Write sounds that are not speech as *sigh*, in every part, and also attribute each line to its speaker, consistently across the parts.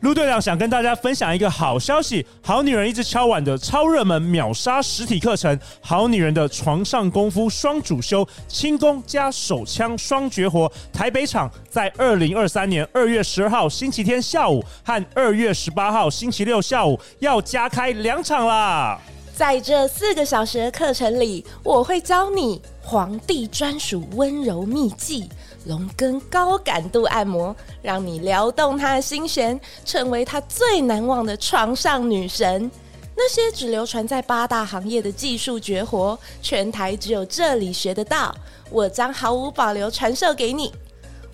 Speaker 1: 陆队长想跟大家分享一个好消息：好女人一直敲碗的超热门秒杀实体课程《好女人的床上功夫双主修，轻功加手枪双绝活》，台北场在二零二三年二月十号星期天下午和二月十八号星期六下午要加开两场啦！
Speaker 2: 在这四个小时的课程里，我会教你皇帝专属温柔秘技——龙根高感度按摩，让你撩动他的心弦，成为他最难忘的床上女神。那些只流传在八大行业的技术绝活，全台只有这里学得到，我将毫无保留传授给你。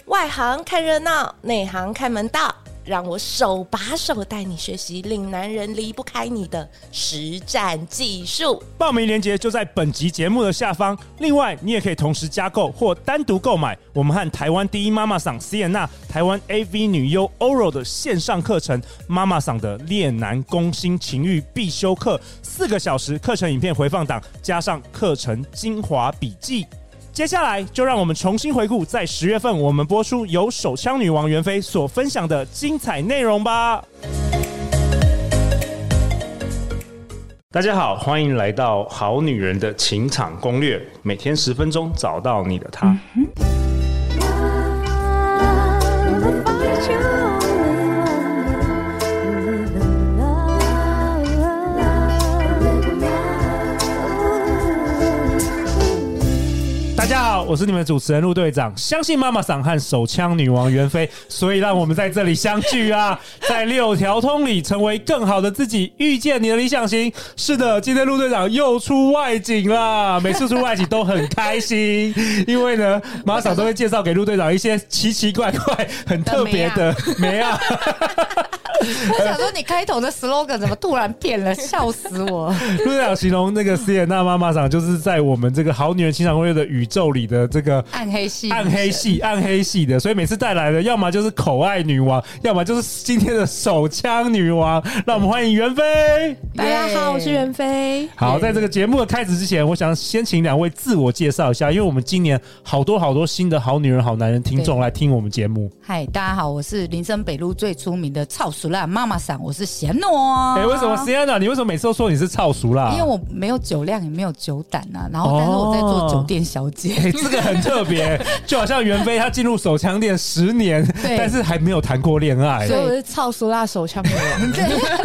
Speaker 2: 外行看热闹，内行看门道。让我手把手带你学习令男人离不开你的实战技术。
Speaker 1: 报名链接就在本集节目的下方。另外，你也可以同时加购或单独购买我们和台湾第一妈妈桑西 n 娜、台湾 AV 女优 Oro 的线上课程《妈妈桑的恋男攻心情欲必修课》，四个小时课程影片回放档，加上课程精华笔记。接下来就让我们重新回顾在十月份我们播出由手枪女王袁飞所分享的精彩内容吧。大家好，欢迎来到《好女人的情场攻略》，每天十分钟，找到你的他。大家好，我是你们的主持人陆队长。相信妈妈桑和手枪女王袁飞，所以让我们在这里相聚啊，在六条通里成为更好的自己，遇见你的理想型。是的，今天陆队长又出外景啦，每次出外景都很开心，因为呢，妈桑都会介绍给陆队长一些奇奇怪怪、很特别的美啊。
Speaker 3: 我想说，你开头的 slogan 怎么突然变了？笑死
Speaker 2: *laughs*
Speaker 3: 我！
Speaker 1: 陆队啊长形容
Speaker 3: 嗯
Speaker 1: 那个斯野娜妈妈桑，就是在我们这个好女人情场攻略的宇宙里的这个
Speaker 3: 暗黑系，
Speaker 1: 暗黑系、暗黑系的，所以每次带来的要么就是口爱女王，要么就是今天的手枪女王。让我们欢迎袁飞。
Speaker 2: 大家好，我是袁飞。
Speaker 1: 好，在这个节目的开始之前，我想先请两位自我介绍一下，因为我们今年好多好多新的好女人、好男人听众来听我们节目。
Speaker 3: 嗨，大家好，我是林森北路最出名的操熟烂妈妈桑，我是贤诺。
Speaker 1: 哎、为什么啊 s i e n a 你为什么每次都说你是操熟啦？
Speaker 3: 啊因为我没有酒量，也没有酒胆啊，然后
Speaker 1: 哦
Speaker 3: 但是我在做酒店小
Speaker 1: 哎、
Speaker 3: 姐，
Speaker 1: 这个很特别，就好像袁飞他进入手枪店十年，
Speaker 3: 对
Speaker 1: 但是还没有谈过恋爱。
Speaker 3: 所以我
Speaker 4: 是操苏辣手枪女王。
Speaker 3: *laughs*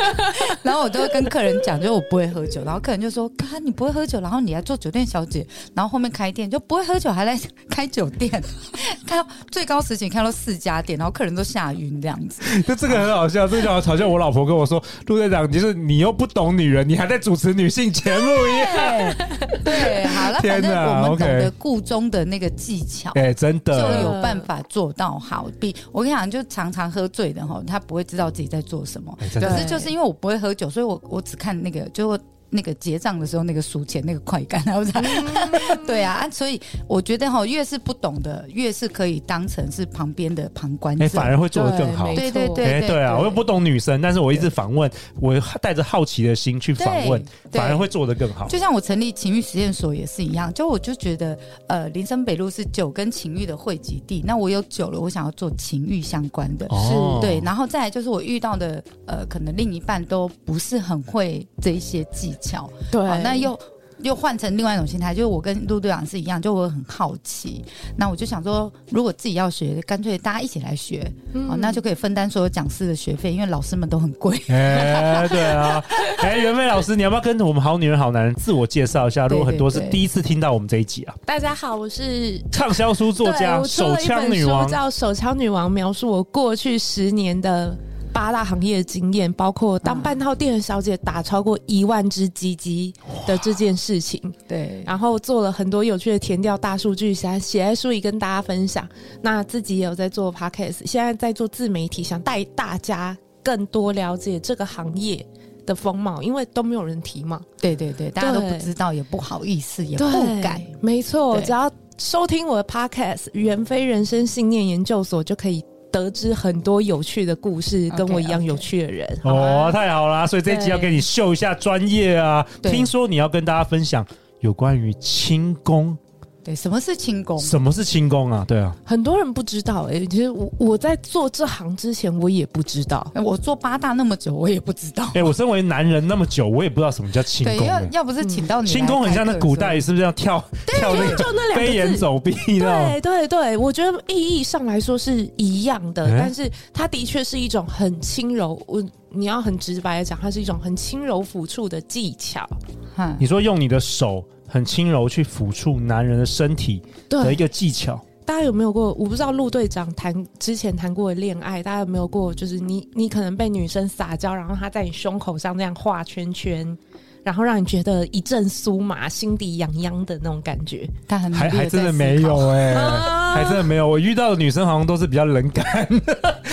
Speaker 3: 然后我都会跟客人讲，就是我不会喝酒，然后客人就说：“看你不会喝酒，然后你来做酒店小姐，然后后面开店就不会喝酒，还来开酒店， *laughs* 看到最高时请看到四家店，然后客人都吓晕这样子。
Speaker 1: 就 *laughs* 这个很好笑，这个就好像我老婆跟我说，陆队长，就是你又不懂女人，你还在主持女性节目一样。
Speaker 3: 对，对，好了，
Speaker 1: 天
Speaker 3: 反
Speaker 1: 哪
Speaker 3: 正我们懂
Speaker 1: OK
Speaker 3: 得故中的那个技巧。
Speaker 1: 哎、真
Speaker 3: 就
Speaker 1: 的，
Speaker 3: 有办法做到好，比我跟你讲，就常常喝醉的哈，他不会知道自己在做什么。
Speaker 1: 哎真的
Speaker 3: 可是就是因为我不会喝酒，所以我我只看那个，就我那个结账的时候那个数钱那个快感，然后才 *laughs* 对啊啊，所以我觉得哈，越是不懂的，越是可以当成是旁边的旁观
Speaker 1: 哎、
Speaker 3: 者。
Speaker 1: 反而会做得更好。
Speaker 4: 对
Speaker 3: 对
Speaker 4: 没
Speaker 3: 对
Speaker 4: 错
Speaker 3: 对
Speaker 1: 对啊，我又不懂女生，但是我一直访问，我带着好奇的心去访问，
Speaker 3: 对
Speaker 1: 反而会做得更好。
Speaker 3: 就像我成立情欲实验所也是一样，就我就觉得，呃，林森北路是酒跟情欲的汇集地。那我有酒了，我想要做情欲相关的，
Speaker 1: 哦
Speaker 3: 对。然后再来就是我遇到的，呃，可能另一半都不是很会这一些技巧，
Speaker 4: 对
Speaker 3: 好，那又又换成另外一种心态，就是我跟陆队长是一样，就我很好奇，那我就想说，如果自己要学，干脆大家一起来学，
Speaker 4: 嗯
Speaker 3: 好、那就可以分担所有讲师的学费，因为老师们都很贵。
Speaker 1: 哎、对啊，哎、袁飞老师，你要不要跟我们好女人、好男人自我介绍一下？如果很多是
Speaker 3: 对对对
Speaker 1: 第一次听到我们这一集啊，
Speaker 4: 大家好，我是
Speaker 1: 畅销书作
Speaker 4: 对
Speaker 1: 家、
Speaker 4: 我出
Speaker 1: 手
Speaker 4: 了一
Speaker 1: 枪
Speaker 4: 本
Speaker 1: 女
Speaker 4: 书
Speaker 1: 王，
Speaker 4: 叫《手枪女王》，描述我过去十年的八大行业的经验，包括当半套店的小姐打超过一万只鸡鸡的这件事情，
Speaker 3: 对，
Speaker 4: 然后做了很多有趣的填调大数据，想写在书里跟大家分享。那自己也有在做 podcast，现在在做自媒体，想带大家更多了解这个行业的风貌，因为都没有人提嘛。
Speaker 3: 对对对，大家都不
Speaker 4: 对
Speaker 3: 知道，也不好意思，也
Speaker 4: 对，
Speaker 3: 不敢。
Speaker 4: 没错，
Speaker 3: 对
Speaker 4: 只要收听我的 podcast《袁飞人生信念研究所》，就可以得知很多有趣的故事，
Speaker 3: OK，
Speaker 4: 跟我一样
Speaker 3: OK
Speaker 4: 有趣的人。好吗
Speaker 1: 哦，，太好啦！所以这一集
Speaker 4: 对
Speaker 1: 要给你秀一下专业啊。
Speaker 3: 对
Speaker 1: 听说你要跟大家分享有关于轻功
Speaker 3: 对，什么是轻功？
Speaker 1: 什么是轻功啊？对啊，
Speaker 4: 很多人不知道哎、其实我我在做这行之前，我也不知道。
Speaker 3: 哎我做八大那么久，我也不知道。
Speaker 1: 哎、我身为男人那么久，我也不知道什么叫轻
Speaker 3: 对，
Speaker 1: 功、
Speaker 3: 要
Speaker 1: 欸。
Speaker 3: 要不是请到你来
Speaker 1: 轻功很像那
Speaker 3: 开课的时候
Speaker 1: 古代，是不是要跳跳那
Speaker 4: 就
Speaker 1: 个
Speaker 4: 那
Speaker 1: 飞
Speaker 4: 两个
Speaker 1: 檐
Speaker 4: 字。
Speaker 1: 走壁？你知道吗？
Speaker 4: 对哎对对，我觉得意义上来说是一样的，
Speaker 1: 哎
Speaker 4: 但是它的确是一种很轻柔，我你要很直白的讲，它是一种很轻柔抚触的技巧。
Speaker 3: 嗯
Speaker 1: 你说用你的手很轻柔去抚触男人的身体的一
Speaker 4: 对，
Speaker 1: 个技巧，
Speaker 4: 大家有没有过？我不知道陆队长谈之前谈过的恋爱，大家有没有过？就是你你可能被女生撒娇，然后她在你胸口上这样画圈圈。然后让你觉得一阵酥麻，心底痒痒的那种感觉。
Speaker 3: 他很努
Speaker 1: 还
Speaker 3: 力地
Speaker 1: 还真的
Speaker 3: 在思
Speaker 1: 没
Speaker 3: 考。
Speaker 1: 有哎、
Speaker 4: 啊
Speaker 1: 还真的没有。我遇到的女生好像都是比较冷感，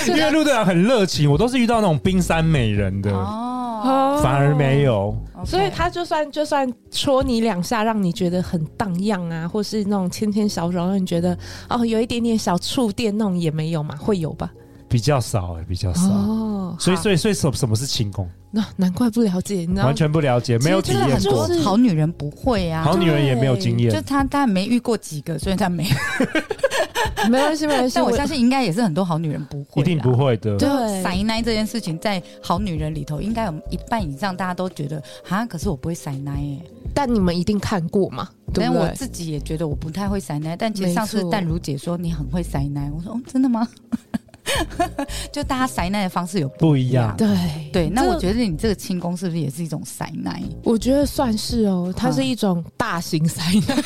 Speaker 1: 因为陆队长很热情，我都是遇到那种冰山美人的，
Speaker 3: 哦，
Speaker 1: 反而没有。
Speaker 3: OK
Speaker 4: 哦所以他就算就算戳你两下，让你觉得很荡漾啊，或是那种牵牵小手，让你觉得哦有一点点小触电那种也没有嘛，会有吧？
Speaker 1: 比较少哎、比较
Speaker 3: 啊
Speaker 1: 少。
Speaker 4: 哦，
Speaker 1: 所以，
Speaker 4: 好
Speaker 1: 所以，所以什什么是轻功？
Speaker 4: 那难怪不了解，你知道
Speaker 1: 完全不了解，没有体
Speaker 3: 真的
Speaker 1: 验
Speaker 3: 很
Speaker 1: 过
Speaker 3: 多。
Speaker 4: 就是
Speaker 3: 好女人不会啊，
Speaker 1: 好女人也没有经
Speaker 3: 就
Speaker 1: 验，
Speaker 3: 她她没遇过几个，所以她没有。
Speaker 4: 没关系没关系，
Speaker 3: 但我相信应该也是很多好女人不会，
Speaker 1: 一定不。会的。
Speaker 3: 就
Speaker 4: 对
Speaker 3: 塞奶这件事情，在好女人里头，应该有一半以上大家都觉得啊，可是我不会塞奶耶。
Speaker 4: 但你们一定看过嘛，对
Speaker 3: 但
Speaker 4: 不
Speaker 3: 我
Speaker 4: 对？
Speaker 3: 自己也觉得我不太会塞奶，但其
Speaker 4: 没
Speaker 3: 实
Speaker 4: 错
Speaker 3: 上次淡如姐说你很会塞奶，我说哦，真的吗？ *laughs* 就大家塞奶的方式有不
Speaker 1: 不一样，
Speaker 4: 啊对
Speaker 3: 对，那
Speaker 4: 这
Speaker 3: 我觉得你这个轻功是不是也是一种塞奶？
Speaker 4: 我觉得算是哦，它是一种大型塞奶，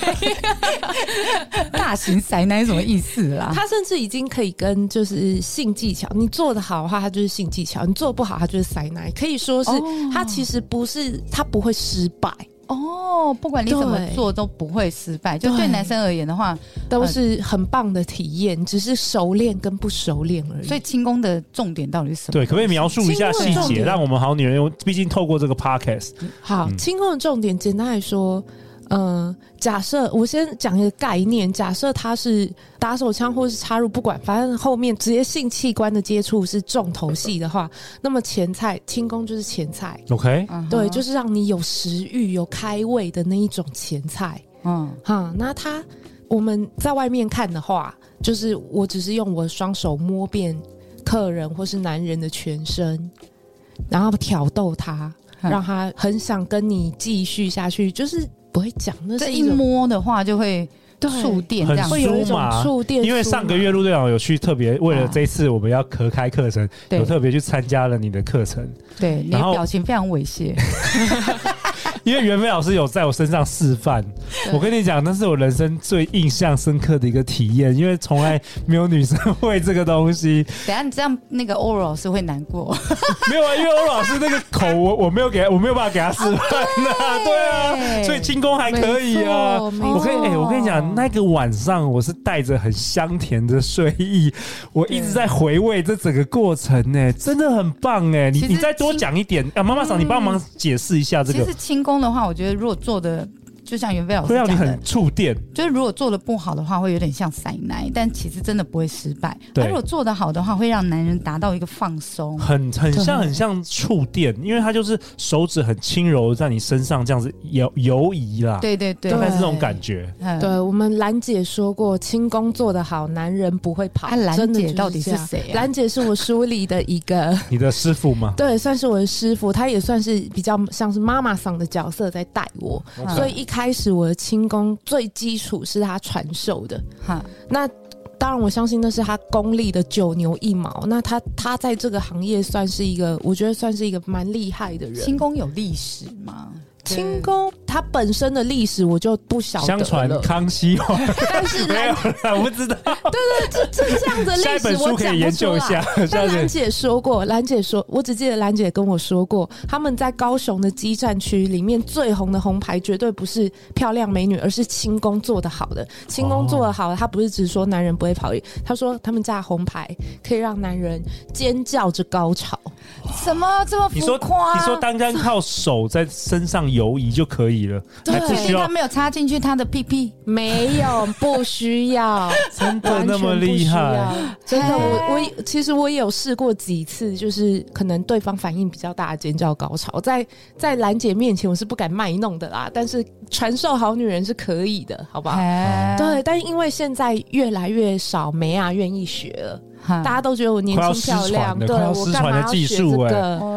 Speaker 3: 大型塞奶是什么意思啦？
Speaker 4: *laughs* *laughs* 它甚至已经可以跟就是性技巧，你做的好的话，它就是性技巧；你做不好，它就是塞奶。可以说是
Speaker 3: 哦
Speaker 4: 它其实不是，它不会失败，
Speaker 3: 哦，不管你怎么
Speaker 4: 对
Speaker 3: 做都不会失败。就对
Speaker 4: 对
Speaker 3: 男生而言的话，
Speaker 4: 都是很棒的体验，只是熟练跟不熟练而已。
Speaker 3: 所以轻功的重点到底是什么？
Speaker 1: 对，可不可以描述一下
Speaker 4: 轻功
Speaker 1: 细
Speaker 4: 的重
Speaker 1: 节，
Speaker 4: 点
Speaker 1: 让我们好女人用？毕竟透过这个 podcast，
Speaker 4: 好，
Speaker 1: 嗯
Speaker 4: 轻功的重点，简单来说，呃，假设我先讲一个概念，假设他是打手枪或是插入，不管，反正后面直接性器官的接触是重头戏的话，那么前菜轻功就是前菜，
Speaker 1: OK，
Speaker 3: 嗯哼
Speaker 4: 对，就是让你有食欲、有开胃的那一种前菜。
Speaker 3: 嗯，
Speaker 4: 哈、那它我们在外面看的话，就是我只是用我的双手摸遍客人或是男人的全身，然后挑逗他，
Speaker 3: 嗯
Speaker 4: 让他很想跟你继续下去，就是不会讲那
Speaker 3: 这
Speaker 4: 是
Speaker 3: 一
Speaker 4: 种
Speaker 3: 摸的话就会
Speaker 4: 对
Speaker 3: 触电这样
Speaker 1: 很
Speaker 4: 会有一
Speaker 1: 酥
Speaker 4: 种
Speaker 1: 麻
Speaker 4: 触电酥麻，
Speaker 1: 因为上个月陆队长有去特别为了这一次我们要合开课程，
Speaker 3: 对
Speaker 1: 有特别去参加了你的课程，
Speaker 3: 对，你的
Speaker 1: 然后
Speaker 3: 表情非常猥
Speaker 4: *laughs*
Speaker 3: 亵，
Speaker 1: 因为袁飞老师有在我身上示范。
Speaker 4: 对
Speaker 1: 我跟你讲，那是我人生最印象深刻的一个体验，因为从来没有女生会这个东西，
Speaker 3: 等一下你这样那个 oral 是会难过，
Speaker 1: 没有啊，因为欧老师那个口我我没有给他，我没有办法给他示范呐、对啊，
Speaker 3: 对
Speaker 1: 所以轻功还可以啊。
Speaker 4: 没错
Speaker 1: 我跟哎、
Speaker 3: 没错
Speaker 1: 我跟你讲，那个晚上我是带着很香甜的睡意，我一直在回味这整个过程呢、真的很棒哎、你
Speaker 3: 其实
Speaker 1: 你再多
Speaker 3: 轻
Speaker 1: 讲一点啊，妈妈桑，你帮忙解释一下这
Speaker 3: 其
Speaker 1: 个，
Speaker 3: 实轻功的话，我觉得如果做的就像袁飞老师
Speaker 1: 会让你
Speaker 3: 讲的
Speaker 1: 很，触电。
Speaker 3: 就是如果做的不好的话，会有点像塞奶，但其实真的不会失败。
Speaker 1: 对
Speaker 3: 而如果做的好的话，会让男人达到一个
Speaker 1: *laughs*
Speaker 3: 放松。
Speaker 1: 很很
Speaker 4: 对
Speaker 1: 像很像触电，因为它就是手指很轻柔地在你身上这样子游游移啦，
Speaker 3: 对对对
Speaker 1: 大，概是这种
Speaker 4: 对
Speaker 1: 感觉。
Speaker 3: 嗯
Speaker 4: 对我们兰姐说过，轻功做得好，男人不会跑。
Speaker 3: 啊兰
Speaker 4: 真的
Speaker 3: 姐
Speaker 4: 就是
Speaker 3: 到底是
Speaker 4: 这样
Speaker 3: 谁啊
Speaker 4: 兰姐是我书里的一个。
Speaker 1: 你的师傅吗？
Speaker 4: 对，算是我的师傅，他也算是比较像是妈妈桑的角色在带我，
Speaker 1: OK
Speaker 4: 所以一开始我的轻功最基础是他传授的。
Speaker 3: 哈，
Speaker 4: 那当然，我相信那是他功力的九牛一毛。那他他在这个行业算是一个，我觉得算是一个蛮厉害的
Speaker 1: 嗯
Speaker 4: 人。
Speaker 3: 轻功有历史吗？
Speaker 4: 轻功它本身的历史我就不晓得
Speaker 1: 相
Speaker 4: 了，
Speaker 1: 传康熙王
Speaker 4: 但是
Speaker 1: 没有
Speaker 4: 兰
Speaker 3: *laughs*
Speaker 1: 啦，我不知道。
Speaker 4: *laughs* 这样
Speaker 3: 呃
Speaker 4: 的历
Speaker 1: 下一本
Speaker 4: 史我
Speaker 1: 书可
Speaker 4: 讲
Speaker 1: 以
Speaker 4: 不
Speaker 1: 研
Speaker 4: 出
Speaker 1: 究一
Speaker 4: 来
Speaker 1: 下。。 *laughs* 下
Speaker 4: 但
Speaker 1: 一
Speaker 4: 兰
Speaker 1: 本
Speaker 4: 姐说过，兰姐说，我只记得兰姐跟我说过，他们在高雄的基站区里面最红的红牌，绝对不是漂亮美女，而是轻功做得好的。轻功做得好的，她不是只说男人不会跑，她说他们家的红牌可以让男人尖叫着高潮。
Speaker 3: 什么这么
Speaker 1: 你说
Speaker 3: 浮夸？啊
Speaker 1: 你说单单靠手在身上游移就可以了，还不
Speaker 3: 确
Speaker 1: 需
Speaker 3: 定
Speaker 1: 要
Speaker 3: 他没有插进去他的屁屁？
Speaker 4: 没有，不需要，
Speaker 1: *laughs* 真的
Speaker 4: 完
Speaker 1: 那
Speaker 4: 全
Speaker 1: 么
Speaker 4: 不需
Speaker 1: 厉害
Speaker 4: 要？真的，
Speaker 3: 嘿
Speaker 4: 我我其实我也有试过几次，就是可能对方反应比较大的尖叫高潮，在在兰姐面前我是不敢卖弄的啦，但是传授好女人是可以的，好不好？
Speaker 3: 哎，
Speaker 1: 哦
Speaker 4: 对，但是因为现在越来越少梅啊愿意学了，
Speaker 3: 哈，
Speaker 4: 大家都觉得我年
Speaker 1: 快要
Speaker 4: 轻
Speaker 1: 失
Speaker 4: 漂亮，
Speaker 1: 传了
Speaker 4: 对
Speaker 1: 快要
Speaker 4: 我
Speaker 1: 失
Speaker 4: 干
Speaker 1: 传的
Speaker 4: 嘛要
Speaker 1: 技
Speaker 4: 学
Speaker 1: 术
Speaker 4: 这
Speaker 1: 哎
Speaker 4: 个？
Speaker 3: 哦，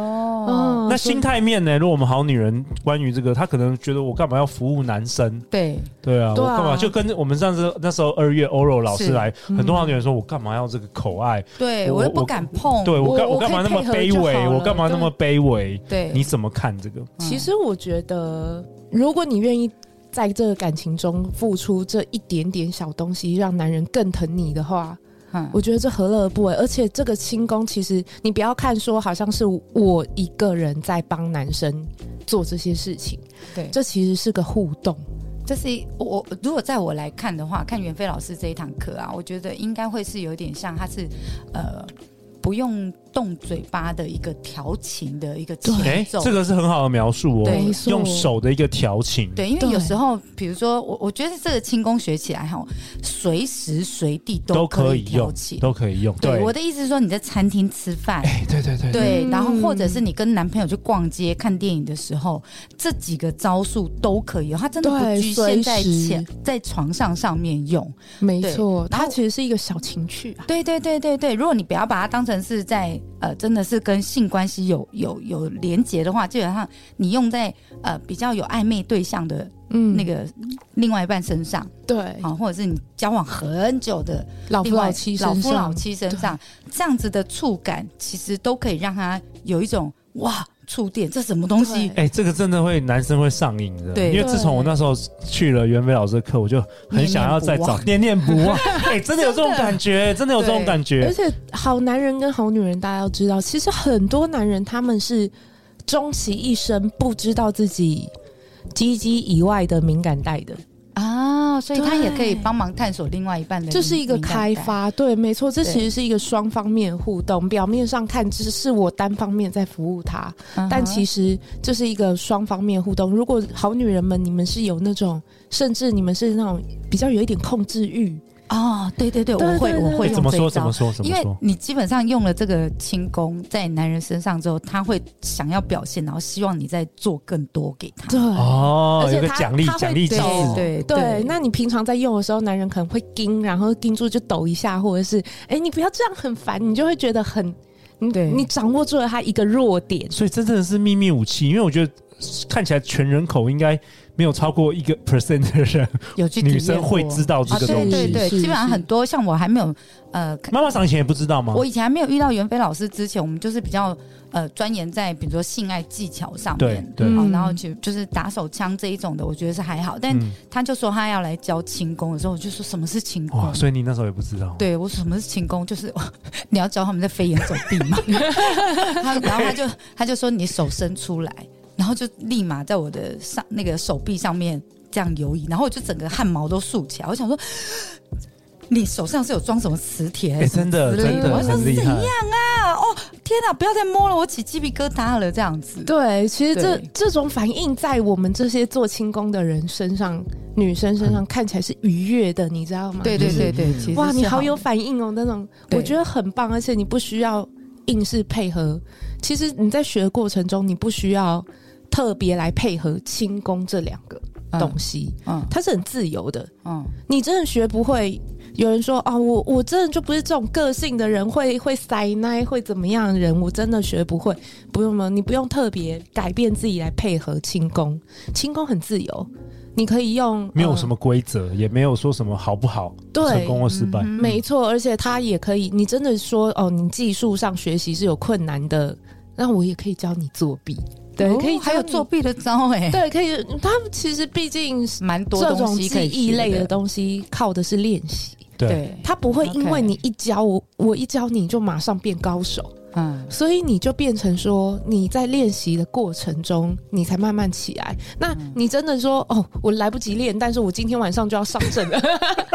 Speaker 4: 嗯，
Speaker 1: 那
Speaker 4: 所以
Speaker 1: 心态面呢？如果我们好女人关于这个，她可能觉得我干嘛要服务男生？
Speaker 3: 对，
Speaker 1: 对啊，
Speaker 4: 对
Speaker 1: 我
Speaker 4: 啊
Speaker 1: 干嘛？就跟我们上次那时候二月欧柔老师
Speaker 3: 是
Speaker 1: 来，很多好女人说我干嘛要这个口爱？
Speaker 3: 对
Speaker 1: 我
Speaker 3: 我又
Speaker 1: 我
Speaker 3: 不敢碰，
Speaker 1: 对我干
Speaker 3: 哦我
Speaker 1: 干嘛那么
Speaker 3: 可以
Speaker 1: 卑
Speaker 3: 配合就
Speaker 1: 微？
Speaker 3: 好
Speaker 1: 我
Speaker 3: 了
Speaker 1: 干嘛那么卑微？
Speaker 3: 对？
Speaker 1: 你
Speaker 3: 对，
Speaker 1: 怎么看这
Speaker 3: 嗯
Speaker 1: 个？
Speaker 4: 其实我觉得，如果你愿意在这个感情中付出这一点点小东西，让男人更疼你的话，
Speaker 3: 嗯
Speaker 4: 我觉得这何乐而不为？而且这个轻功，其实你不要看说好像是我一个人在帮男生做这些事情，
Speaker 3: 对，
Speaker 4: 这其实是个互动。
Speaker 3: 这是一我我如果在我来看的话，看袁飞老师这一堂课啊，我觉得应该会是有点像他是呃不用动嘴巴的一个调情的一个
Speaker 1: 哎
Speaker 3: 节，奏。
Speaker 1: 这个是很好的描述哦
Speaker 3: 对没，
Speaker 4: 错
Speaker 1: 用手的一个调情。
Speaker 3: 对，因为
Speaker 4: 对
Speaker 3: 有时候，比如说我，我觉得这个轻功学起来哈，随时随地
Speaker 1: 都
Speaker 3: 都
Speaker 1: 可
Speaker 3: 可以
Speaker 1: 以用
Speaker 3: 调情。
Speaker 1: 都可以用。
Speaker 3: 对，
Speaker 1: 对
Speaker 3: 我，的意思是说，你在餐厅吃饭，
Speaker 1: 哎，对对对，
Speaker 3: 对，
Speaker 4: 嗯
Speaker 3: 然后或者是你跟男朋友去逛街、看电影的时候，这几个招数都可以用，它真的不
Speaker 4: 对
Speaker 3: 局限在
Speaker 4: 随时
Speaker 3: 前在床上上面用。
Speaker 4: 没
Speaker 3: 对
Speaker 4: 错，
Speaker 3: 然
Speaker 4: 它
Speaker 3: 后
Speaker 4: 其实是一个小情趣啊。
Speaker 3: 对对对对对，如果你不要把它当成是在呃，真的是跟性关系有有有连结的话，基本上你用在呃比较有暧昧对象的
Speaker 4: 嗯
Speaker 3: 那个另外一半身上，
Speaker 4: 对
Speaker 3: 啊，或者是你交往很久的
Speaker 4: 老夫
Speaker 3: 另外
Speaker 4: 老妻身
Speaker 3: 老
Speaker 4: 上，
Speaker 3: 夫老妻身上，这样子的触感，其实都可以让他有一种哇触电，这什么东西？
Speaker 1: 哎、这个真的会男生会上瘾的。
Speaker 3: 对
Speaker 1: 因为自从我那时候去了袁飞老师的课，我就很想要再找念念不
Speaker 3: *laughs*
Speaker 1: 忘。哎、真的有这种感觉，真的有这种感
Speaker 4: 而
Speaker 1: 觉。
Speaker 4: 且好男人跟好女人，大家要知道，其实很多男人他们是终其一生不知道自己鸡鸡以外的敏感带的，
Speaker 3: 啊，所以他
Speaker 4: 对
Speaker 3: 也可以帮忙探索另外一半的，
Speaker 4: 这是一个开。发。对，没错，这
Speaker 3: 对
Speaker 4: 其实是一个双方面互动。表面上看，只是我单方面在服务他，
Speaker 3: 嗯
Speaker 4: 但其
Speaker 3: 实
Speaker 4: 实这是一个双方面互动。如果好女人们，你们是有那种，甚至你们是那种比较有一点控制欲，
Speaker 3: 哦，对对对，
Speaker 4: 对
Speaker 3: 我会
Speaker 4: 对对
Speaker 3: 我会
Speaker 1: 哎
Speaker 3: 用
Speaker 1: 怎么
Speaker 3: 这一
Speaker 1: 说？
Speaker 3: 招
Speaker 1: 怎么说？怎
Speaker 3: 因
Speaker 1: 么
Speaker 3: 为
Speaker 1: 说？
Speaker 3: 你基本上用了这个轻功在男人身上之后，他会想要表现，然后希望你再做更多给他。
Speaker 4: 对。
Speaker 1: 哦，
Speaker 4: 而
Speaker 1: 有
Speaker 4: 且
Speaker 1: 个
Speaker 4: 他
Speaker 1: 奖励
Speaker 4: 他，会
Speaker 1: 奖励机
Speaker 4: 对
Speaker 1: 制。
Speaker 3: 对
Speaker 4: 对，那你平常在用的时候，男人可能会盯，然后盯住就抖一下，或者是哎、你不要这样，很烦，你就会觉得很，你
Speaker 3: 对
Speaker 4: 你掌握住了他一个弱点。
Speaker 1: 所以真正的是秘密武器，因为我觉得看起来全人口应该没有超过一个 percent 的人，
Speaker 3: 有去体验
Speaker 1: 女生会
Speaker 3: 过
Speaker 1: 知道这
Speaker 3: 啊，
Speaker 1: 个
Speaker 3: 对
Speaker 1: 东
Speaker 3: 对
Speaker 1: 西。
Speaker 3: 对，
Speaker 4: 是
Speaker 3: 基本上
Speaker 4: 是
Speaker 3: 很多像我还没有呃
Speaker 1: 妈妈上以前也不知道吗？
Speaker 3: 我以前还没有遇到袁飞老师之前，我们就是比较呃钻研在比如说性爱技巧上
Speaker 1: 对
Speaker 3: 面，
Speaker 1: 对，
Speaker 4: 嗯
Speaker 3: 好，然后就就是打手枪这一种的，我觉得是还好。但
Speaker 1: 嗯
Speaker 3: 他就说他要来教轻功的时候，我就说什么是轻功
Speaker 1: 哇，？所以你那时候也不知道。
Speaker 3: 对我说什么是轻功？就是 *laughs* 你要教他们在飞檐走壁嘛。 *laughs* 他然后他就他就说你手伸出来，然后就立马在我的上那个手臂上面这样游移，然后我就整个汗毛都竖起来。我想说，你手上是有装什么磁铁还
Speaker 1: 哎，
Speaker 3: 是什
Speaker 1: 真
Speaker 3: 么
Speaker 1: 的
Speaker 3: 之类
Speaker 1: 真的
Speaker 3: 我说
Speaker 1: 很厉
Speaker 3: 怎样
Speaker 1: 害。
Speaker 3: 啊？哦，天哪！不要再摸了，我起鸡皮疙瘩了，这样子。
Speaker 4: 对，其实这
Speaker 3: 对
Speaker 4: 这种反应在我们这些做轻功的人身上，女生身上看起来是愉悦的，你知道吗？
Speaker 3: 对对对对，其实
Speaker 4: 哇，
Speaker 3: 是嗯
Speaker 4: 你好
Speaker 3: 的
Speaker 4: 有反应哦，那种
Speaker 3: 对
Speaker 4: 我觉得很棒，而且你不需要硬是配合。其实你在学的过程中，你不需要特别来配合轻功这两个东西，
Speaker 3: 嗯
Speaker 4: 它是很自由的。
Speaker 3: 嗯，
Speaker 4: 你真的学不会。有人说啊，我我真的就不是这种个性的人，会会塞奶，会怎么样的人，我真的学不会。不用吗？你不用特别改变自己来配合轻功，轻功很自由，你可以用
Speaker 1: 没有
Speaker 4: 呃
Speaker 1: 什么规则，也没有说什么好不好，成
Speaker 4: 对
Speaker 1: 功或失败。
Speaker 3: 嗯
Speaker 4: 没错，而且他也可以，你真的说哦，你技术上学习是有困难的，那我也可以教你作弊，对，
Speaker 3: 哦
Speaker 4: 可以教
Speaker 3: 还有
Speaker 4: 你
Speaker 3: 作，弊的招哎，
Speaker 4: 对，可以。他其实毕竟
Speaker 3: 蛮多
Speaker 4: 这
Speaker 3: 东
Speaker 4: 种
Speaker 3: 西可
Speaker 4: 记
Speaker 3: 以
Speaker 4: 忆
Speaker 3: 学
Speaker 4: 类的东西靠的是练习，
Speaker 1: 对，
Speaker 3: 对，
Speaker 4: 他不会因为
Speaker 3: OK
Speaker 4: 你一教我，我一教你就马上变高手，
Speaker 3: 嗯，
Speaker 4: 所以你就变成说，你在练习的过程中，你才慢慢起来。那
Speaker 3: 嗯
Speaker 4: 你真的说，哦，我来不及练，但是我今天晚上就要上阵了。
Speaker 3: *laughs*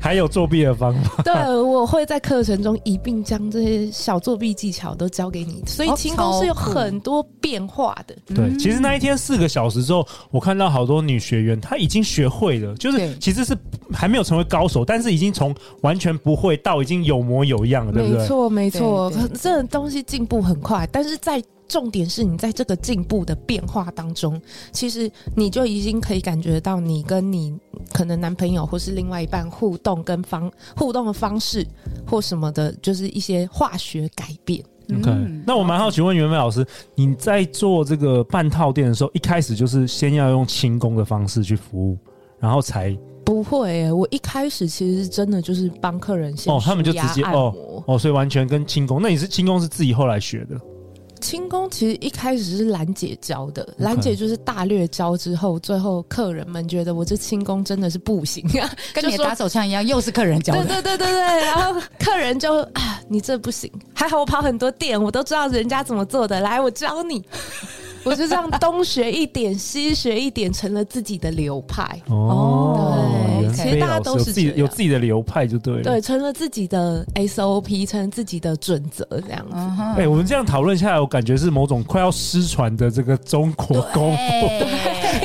Speaker 1: 还有作弊的方法，
Speaker 4: 对，我会在课程中一并将这些小作弊技巧都教给你。所以
Speaker 3: 哦
Speaker 4: 轻功是有
Speaker 3: 超酷
Speaker 4: 很多变化的。
Speaker 1: 对，其实那一天四个小时之后，我看到好多女学员，她已经学会了，就是
Speaker 3: 对
Speaker 1: 其实是还没有成为高手，但是已经从完全不会到已经有模有样了，对不
Speaker 4: 没
Speaker 1: 对？
Speaker 4: 错，没错
Speaker 3: 对，
Speaker 4: 这东西进步很快，但是在重点是你在这个进步的变化当中，其实你就已经可以感觉到你跟你可能男朋友或是另外一半互动跟方互动的方式或什么的，就是一些化学改变。
Speaker 3: 嗯
Speaker 1: 嗯 OK，、那
Speaker 4: 嗯
Speaker 1: 我蛮好奇问袁美老师，你在做这个半套店的时候，一开始就是先要用轻功的方式去服务，然后才
Speaker 4: 不会耶、我一开始其实是真的就是帮客人先
Speaker 1: 哦他们就
Speaker 4: 舒压
Speaker 1: 直接
Speaker 4: 按
Speaker 1: 哦
Speaker 4: 摩
Speaker 1: 哦，所以完全跟轻功，那你是轻功是自己后来学的，
Speaker 4: 轻功其实一开始是兰姐教的，兰姐就是大略教之后，最后客人们觉得我这轻功真的是不行啊，
Speaker 3: 跟你的
Speaker 4: 就说
Speaker 3: 打手枪一样，又是客人教
Speaker 4: 对
Speaker 3: 的，
Speaker 4: 对对对对，然后客人就啊，你这不行，还好我跑很多店，我都知道人家怎么做的，来我教
Speaker 3: *laughs*
Speaker 4: 你。我就这样东学一点，西学一点，成了自己的流派。
Speaker 3: 嗯
Speaker 1: 哦
Speaker 3: 对
Speaker 1: 袁
Speaker 3: 其
Speaker 4: 实
Speaker 1: 飞
Speaker 4: 大家
Speaker 1: 老师
Speaker 4: 都
Speaker 1: 有
Speaker 4: 是
Speaker 1: 自己
Speaker 4: 这
Speaker 1: 有
Speaker 4: 样
Speaker 1: 自己的流派就对了。
Speaker 4: 对，成了自己的 SOP，成了自己的准则，这样子。
Speaker 3: 嗯
Speaker 1: 哎、
Speaker 3: 哼，
Speaker 1: 我们这样讨论下来，我感觉是某种快要失传的这个中国功
Speaker 4: *laughs*
Speaker 1: 夫，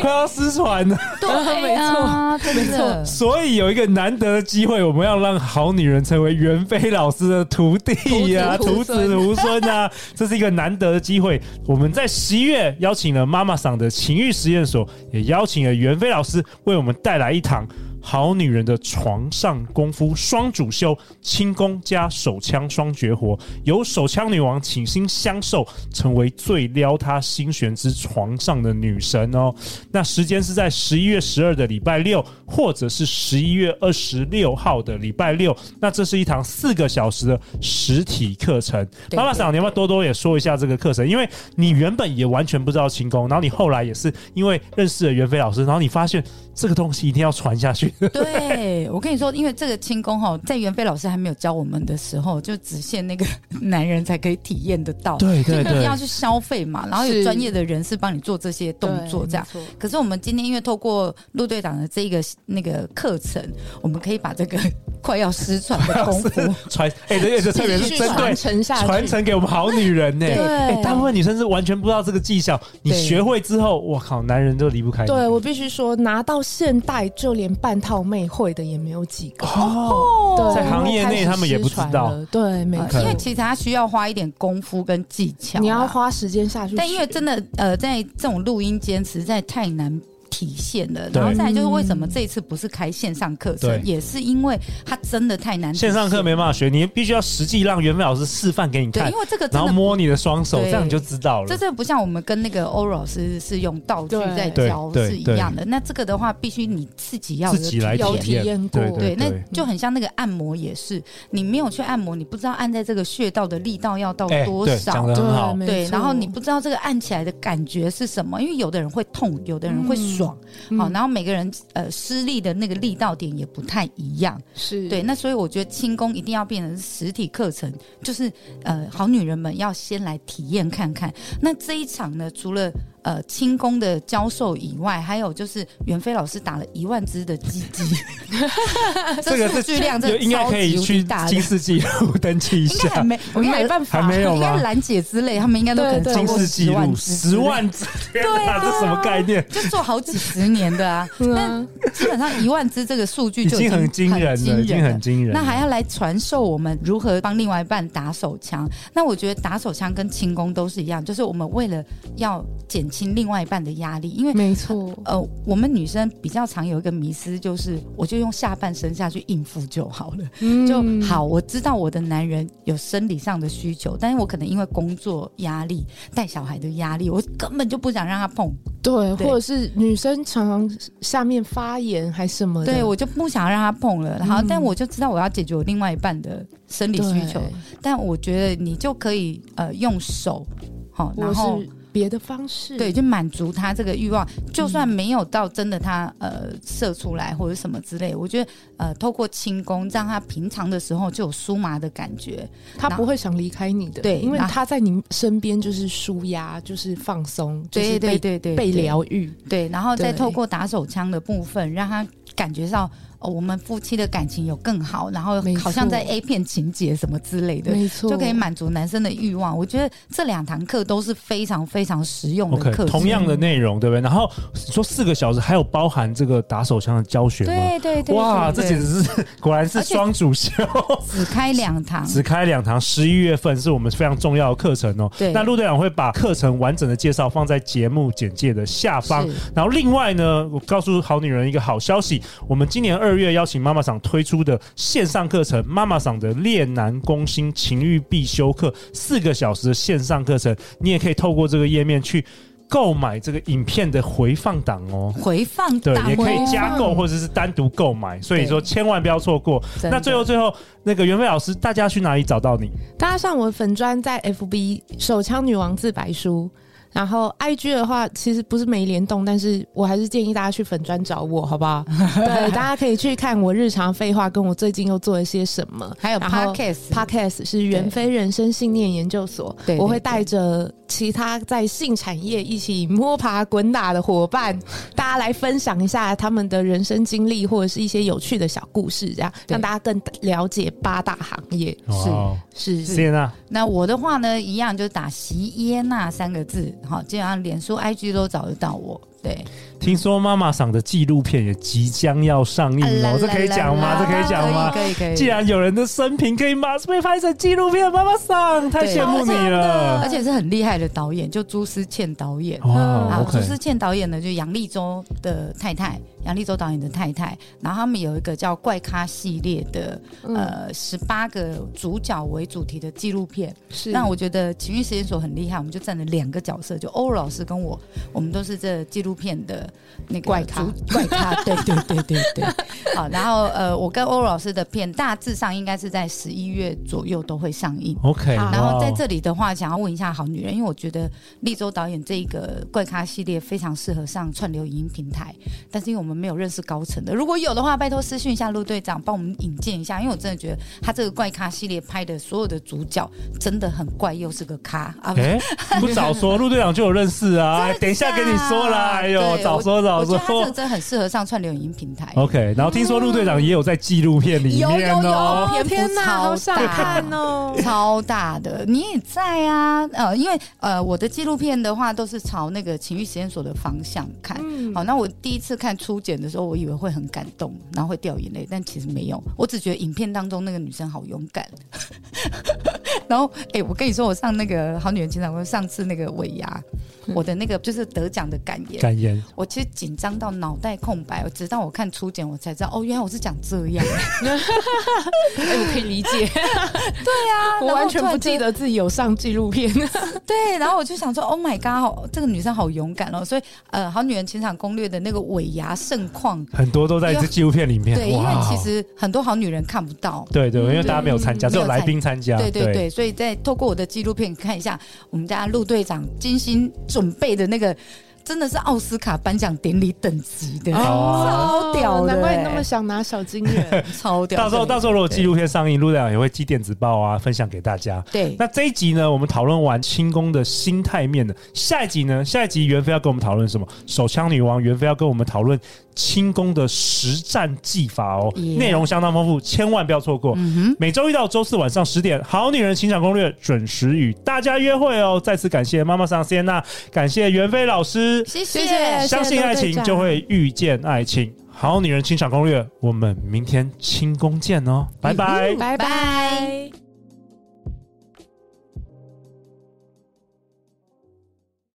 Speaker 1: 快要失传了。
Speaker 3: 对， *laughs* 没错，真的，
Speaker 1: 所以有一个难得的机会，我们要让好女人成为袁飞老师的徒弟呀、徒
Speaker 4: *laughs* 徒子
Speaker 1: 子徒孙
Speaker 4: *laughs*
Speaker 1: 啊，这是一个难得的机会。我们在十一月邀请了妈妈桑的情欲实验所，也邀请了袁飞老师为我们带来一堂。好女人的床上功夫双主修，轻功加手枪双绝活，由手枪女王倾心相授，成为最撩她心弦之床上的女神哦。那时间是在十一月十二的礼拜六，或者是十一月二十六号的礼拜六。那这是一堂四个小时的实体课程。
Speaker 3: 对
Speaker 1: 妈妈啊桑，你要不要多多也说一下这个课程？因为你原本也完全不知道轻功，然后你后来也是因为认识了袁飞老师，然后你发现这个东西一定要传下去。
Speaker 3: 对，我跟你说，因为这个轻功哈，在袁飞老师还没有教我们的时候，就只限那个男人才可以体验得到。
Speaker 1: 对对
Speaker 3: 就你一定要去消费嘛，然后有
Speaker 4: 是
Speaker 3: 专业的人士帮你做这些动作，这样。
Speaker 4: 对。没错
Speaker 3: 可是我们今天因为透过陆队长的这个那个课程，我们可以把这个快要失传
Speaker 1: *laughs*
Speaker 3: 的功夫，
Speaker 1: 传哎，这个这特别
Speaker 4: 继
Speaker 1: 是
Speaker 4: 续
Speaker 1: 针对
Speaker 4: 传承下去，
Speaker 1: 传承给我们好女人呢、
Speaker 3: 对
Speaker 1: 哎大部分女生是完全不知道这个技巧，你
Speaker 4: 对
Speaker 1: 学会之后，我靠，男人都离不开你。
Speaker 4: 对我必须说，拿到现代就连半套妹会的也没有几个。
Speaker 1: 哦，
Speaker 4: 对
Speaker 1: 在行业内他们也不知道
Speaker 4: 开始失传了对，没
Speaker 3: 呃
Speaker 4: 错，
Speaker 3: 因为其实它需要花一点功夫跟技巧啦。啊
Speaker 4: 你要花时间下去学。
Speaker 3: 但因为真的，呃，在这种录音间实在太难体现了。
Speaker 1: 对
Speaker 3: 然后再来就是为什么这一次不是开线上课
Speaker 1: 对
Speaker 3: 程，也是因为它真的太难体现
Speaker 1: 线上课没办法学，你必须要实际让袁飞老师示范给你
Speaker 3: 对，
Speaker 1: 看
Speaker 3: 因，为这个真
Speaker 1: 然后
Speaker 3: 的。
Speaker 1: 摸你的双手，这
Speaker 3: 对
Speaker 1: 样你就知道
Speaker 3: 这
Speaker 1: 了。
Speaker 3: 这不像我们跟那个欧老师是用道具
Speaker 4: 对
Speaker 3: 在教
Speaker 1: 对对
Speaker 3: 是一样的，那这个的话必须你自己要有
Speaker 1: 自己来
Speaker 4: 有
Speaker 1: 体
Speaker 4: 体验
Speaker 1: 验，
Speaker 4: 过
Speaker 1: 对
Speaker 3: 对，那
Speaker 1: 对。
Speaker 3: 就很像那个按摩也是，你没有去按摩，你不知道按在这个穴道的力道要到
Speaker 1: 哎
Speaker 3: 多
Speaker 1: 对
Speaker 3: 少
Speaker 1: 讲，得很好
Speaker 4: 没
Speaker 3: 对，
Speaker 4: 错
Speaker 3: 然后你不知道这个按起来的感觉是什么，因为有的人会痛，有的人会
Speaker 4: 嗯
Speaker 3: 爽，好、然后每个人呃施力的那个力道点也不太一样，
Speaker 1: 嗯
Speaker 4: 是
Speaker 3: 对，那所以我觉得轻功一定要变成实体课程，就是呃好女人们要先来体验看看。那这一场呢，除了呃轻功的教授以外，还有就是袁飞老师打了一万只的鸡
Speaker 1: *laughs*
Speaker 3: 鸡，
Speaker 1: 这个
Speaker 3: 数据量真
Speaker 1: 就
Speaker 3: 的
Speaker 1: 应该可以
Speaker 3: 超级无
Speaker 1: 去
Speaker 3: 敌大的
Speaker 1: 金世纪录登记一
Speaker 3: 应该还
Speaker 1: 下，
Speaker 3: 没，我
Speaker 4: 我
Speaker 3: 跟你
Speaker 4: 没
Speaker 3: 讲
Speaker 4: 办法，
Speaker 1: 还没有
Speaker 3: 应该
Speaker 1: 吗？
Speaker 3: 兰姐之类，他们应该都可能
Speaker 4: 对对
Speaker 3: 超
Speaker 1: 金
Speaker 3: 过
Speaker 1: 世纪
Speaker 3: 10万
Speaker 1: 录
Speaker 3: 只啊
Speaker 1: 十万只，天哪，这什么概念？
Speaker 3: 就做好几十年
Speaker 1: *laughs*
Speaker 3: 的啊，
Speaker 4: 嗯
Speaker 3: *laughs* 那
Speaker 4: 啊
Speaker 3: 基本上一万只这个数据
Speaker 1: 已
Speaker 3: 就
Speaker 1: 经很惊人
Speaker 3: 很
Speaker 1: 了，已经很惊人了。
Speaker 3: 那还要来传授我们如何帮另外一半打手枪？那我觉得打手枪跟轻功都是一样，就是我们为了要减轻另外一半的压力，因为
Speaker 4: 没错，
Speaker 3: 呃，我们女生比较常有一个迷思，就是我就用下半身下去应付就好了。就
Speaker 4: 嗯
Speaker 3: 好，我知道我的男人有生理上的需求，但是我可能因为工作压力、带小孩的压力，我根本就不想让他碰，
Speaker 4: 对，
Speaker 3: 对
Speaker 4: 或者是女生常常下面发炎还什么的，
Speaker 3: 对我就不想让他碰了。然后，
Speaker 4: 嗯
Speaker 3: 但我就知道我要解决我另外一半的生理
Speaker 4: 对
Speaker 3: 需求，但我觉得你就可以呃用手，好，然
Speaker 4: 我
Speaker 3: 后
Speaker 4: 是别的方式，
Speaker 3: 对，，就满足他这个欲望，就算
Speaker 4: 嗯
Speaker 3: 没有到真的他呃射出来或者什么之类，我觉得呃透过轻功让他平常的时候就有酥麻的感觉，
Speaker 4: 他
Speaker 3: 那
Speaker 4: 不会想离开你的，
Speaker 3: 对
Speaker 4: 因为
Speaker 3: 那
Speaker 4: 他在你身边就是舒压，就是放松，就是
Speaker 3: 对
Speaker 4: 被
Speaker 3: 对对对，
Speaker 4: 被
Speaker 3: 对
Speaker 4: 疗愈，
Speaker 3: 对，然后再
Speaker 4: 对
Speaker 3: 透过打手枪的部分，让他感觉到哦我们夫妻的感情有更好，然后
Speaker 4: 没
Speaker 3: 好像在
Speaker 4: 错
Speaker 3: A 片情节什么之类的，
Speaker 4: 没错，
Speaker 3: 就可以满足男生的欲望。我觉得这两堂课都是非常非常实用的
Speaker 1: OK，
Speaker 3: 课程。
Speaker 1: 同样的内容，对不对？然后说四个小时，还有包含这个打手枪的教学吗？
Speaker 3: 对对对，
Speaker 1: 哇，这
Speaker 3: 对
Speaker 1: 简直是果然是
Speaker 3: 而且
Speaker 1: 双主修，
Speaker 3: 只开两堂，
Speaker 1: 只开两堂，十一月份是我们非常重要的课程哦。
Speaker 3: 对
Speaker 1: 那陆队长会把课程完整的介绍放在节目简介的下方
Speaker 3: 是。
Speaker 1: 然后另外呢，我告诉好女人一个好消息，我们今年二月邀请妈妈桑推出的线上课程《妈妈桑的恋男攻心情欲必修课》，四个小时的线上课程，你也可以透过这个页面去购买这个影片的回放档哦。
Speaker 3: 回放
Speaker 1: 对，
Speaker 3: 档
Speaker 1: 也可以
Speaker 3: 哦
Speaker 1: 加购或者是单独购买，所以说千万不要错过。
Speaker 3: 真的
Speaker 1: 那最后最后，那个袁飞老师，大家去哪里找到你？
Speaker 4: 大家上我的粉专在 FB 手枪女王自白书，然后 IG 的话其实不是没联动，但是我还是建议大家去粉专找我，好不
Speaker 3: *laughs*
Speaker 4: 好？对，大家可以去看我日常废话，跟我最近又做了些什么。
Speaker 3: 还有
Speaker 4: 然后
Speaker 3: podcast
Speaker 4: Podcast 是袁飞人生信念研究所，
Speaker 3: 对对
Speaker 4: 我会带着其他在性产业一起摸爬滚打的伙
Speaker 3: *laughs*
Speaker 4: 伴，大家来分享一下他们的人生经历或者是一些有趣的小故事，这样
Speaker 3: 对
Speaker 4: 让大家更了解八大行业。
Speaker 3: 是
Speaker 1: 哦
Speaker 4: 是
Speaker 1: 谢谢娜，
Speaker 3: 那我的话呢，一样就打“席耶娜”三个字，好，基本上脸书、IG 都找得到我。对，
Speaker 1: 听说妈妈赏的纪录片也即将要上映
Speaker 3: 啊
Speaker 1: 哦，这可以讲吗？这可以讲吗？
Speaker 3: 可以可以。
Speaker 1: 既然有人的生平可以马被拍成纪录片，妈妈赏太羡慕你了
Speaker 3: 而。且是很厉害的导演，就朱思倩导演。
Speaker 1: 哇
Speaker 3: 啊，
Speaker 1: ，OK，
Speaker 3: 朱思倩导演呢，就杨立洲的太太，杨立洲导演的太太。然后他们有一个叫《怪咖》系列的，
Speaker 4: 嗯
Speaker 3: 呃，十八个主角为主题的纪录片。
Speaker 4: 是
Speaker 3: 那我觉得情欲实验所很厉害，我们就占了两个角色，就欧老师跟我，我们都是这纪录片的那个
Speaker 4: 怪咖
Speaker 3: 主怪咖，对对对对
Speaker 4: *laughs*
Speaker 3: 对。好，然后呃，我跟欧老师的片大致上应该是在十一月左右都会上映。
Speaker 1: OK，
Speaker 4: 啊
Speaker 3: 然后在
Speaker 1: 哇
Speaker 3: 这里的话，想要问一下好女人，因为我觉得立州导演这一个怪咖系列非常适合上串流影音平台，但是因为我们没有认识高层的，如果有的话，拜托私讯一下陆队长，帮我们引荐一下，因为我真的觉得他这个怪咖系列拍的所有的主角真的很怪，又是个咖啊。不是
Speaker 1: 哎，不早说，陆队长就有认识
Speaker 3: *laughs*
Speaker 1: 啊！等一下跟你说啦，哎呦，
Speaker 3: 对
Speaker 1: 早说早
Speaker 3: 我觉
Speaker 1: 说哦
Speaker 3: 得。他这个真的很适合上串流影音平台。
Speaker 1: OK，然后听说陆队长也有在纪录片里
Speaker 3: 有有
Speaker 1: 面哦。
Speaker 3: 有，
Speaker 4: 天
Speaker 3: 篇幅
Speaker 4: 哪，
Speaker 3: 超
Speaker 4: 好
Speaker 3: 大
Speaker 4: 想看哦！
Speaker 3: *laughs* 超大的，你也在啊，呃，因为呃，我的纪录片的话都是朝那个情欲实验所的方向看。
Speaker 4: 嗯
Speaker 3: 好，那我第一次看初检的时候，我以为会很感动，然后会掉眼泪，但其实没有，我只觉得影片当中那个女生好勇敢。 *laughs* 然后，哎、我跟你说，我上那个《好女人情场攻略》，上次那个尾牙，我的那个就是得奖的感言，
Speaker 1: 感言，
Speaker 3: 我其实紧张到脑袋空白，我直到我看初检，我才知道，哦，原来我是讲这样。
Speaker 4: 哎、我可以理解，
Speaker 3: *laughs* 啊
Speaker 4: 我完全不记。得自己有上纪录片。
Speaker 3: 对，然后我就想说，Oh my god，好这个女生好勇敢哦。所以，呃，《好女人情场攻略》的那个尾牙盛况，
Speaker 1: 很多都在这纪录片里面。
Speaker 3: 对，因为
Speaker 1: 哇
Speaker 3: 其实很多好女人看不到。
Speaker 1: 对对，因为大家没有参加，
Speaker 3: 嗯
Speaker 1: 只有来宾参加。
Speaker 3: 对对对，所以在透过我的纪录片看一下，我们家陆队长精心准备的那个，真的是奥斯卡颁奖典礼等级的，
Speaker 1: 哦
Speaker 3: 超
Speaker 4: *laughs*
Speaker 3: 屌的、
Speaker 4: 难怪你那
Speaker 3: 欸
Speaker 4: 么想拿小金人。
Speaker 3: *laughs* 超屌的。
Speaker 1: 到时候到时候如果
Speaker 3: 对
Speaker 1: 纪录片上映，陆队长也会寄电子报啊，分享给大家。
Speaker 3: 对
Speaker 1: 那这一集呢，我们讨论完轻功的心态面的，下一集呢，下一集袁飞要跟我们讨论什么？手枪女王袁飞要跟我们讨论轻功的实战技法哦，
Speaker 3: Yeah 嗯
Speaker 1: 内容相当丰富，千万不要错过。每周一到周四晚上十点，《好女人情场攻略》准时与大家约会哦。再次感谢妈妈桑谢娜，感谢袁飞老师，
Speaker 3: 谢
Speaker 4: 谢谢
Speaker 1: 相信爱情就会遇见爱情。
Speaker 4: 嗯
Speaker 1: 好女人情场攻略，我们明天轻功见哦，拜拜。
Speaker 3: 拜拜。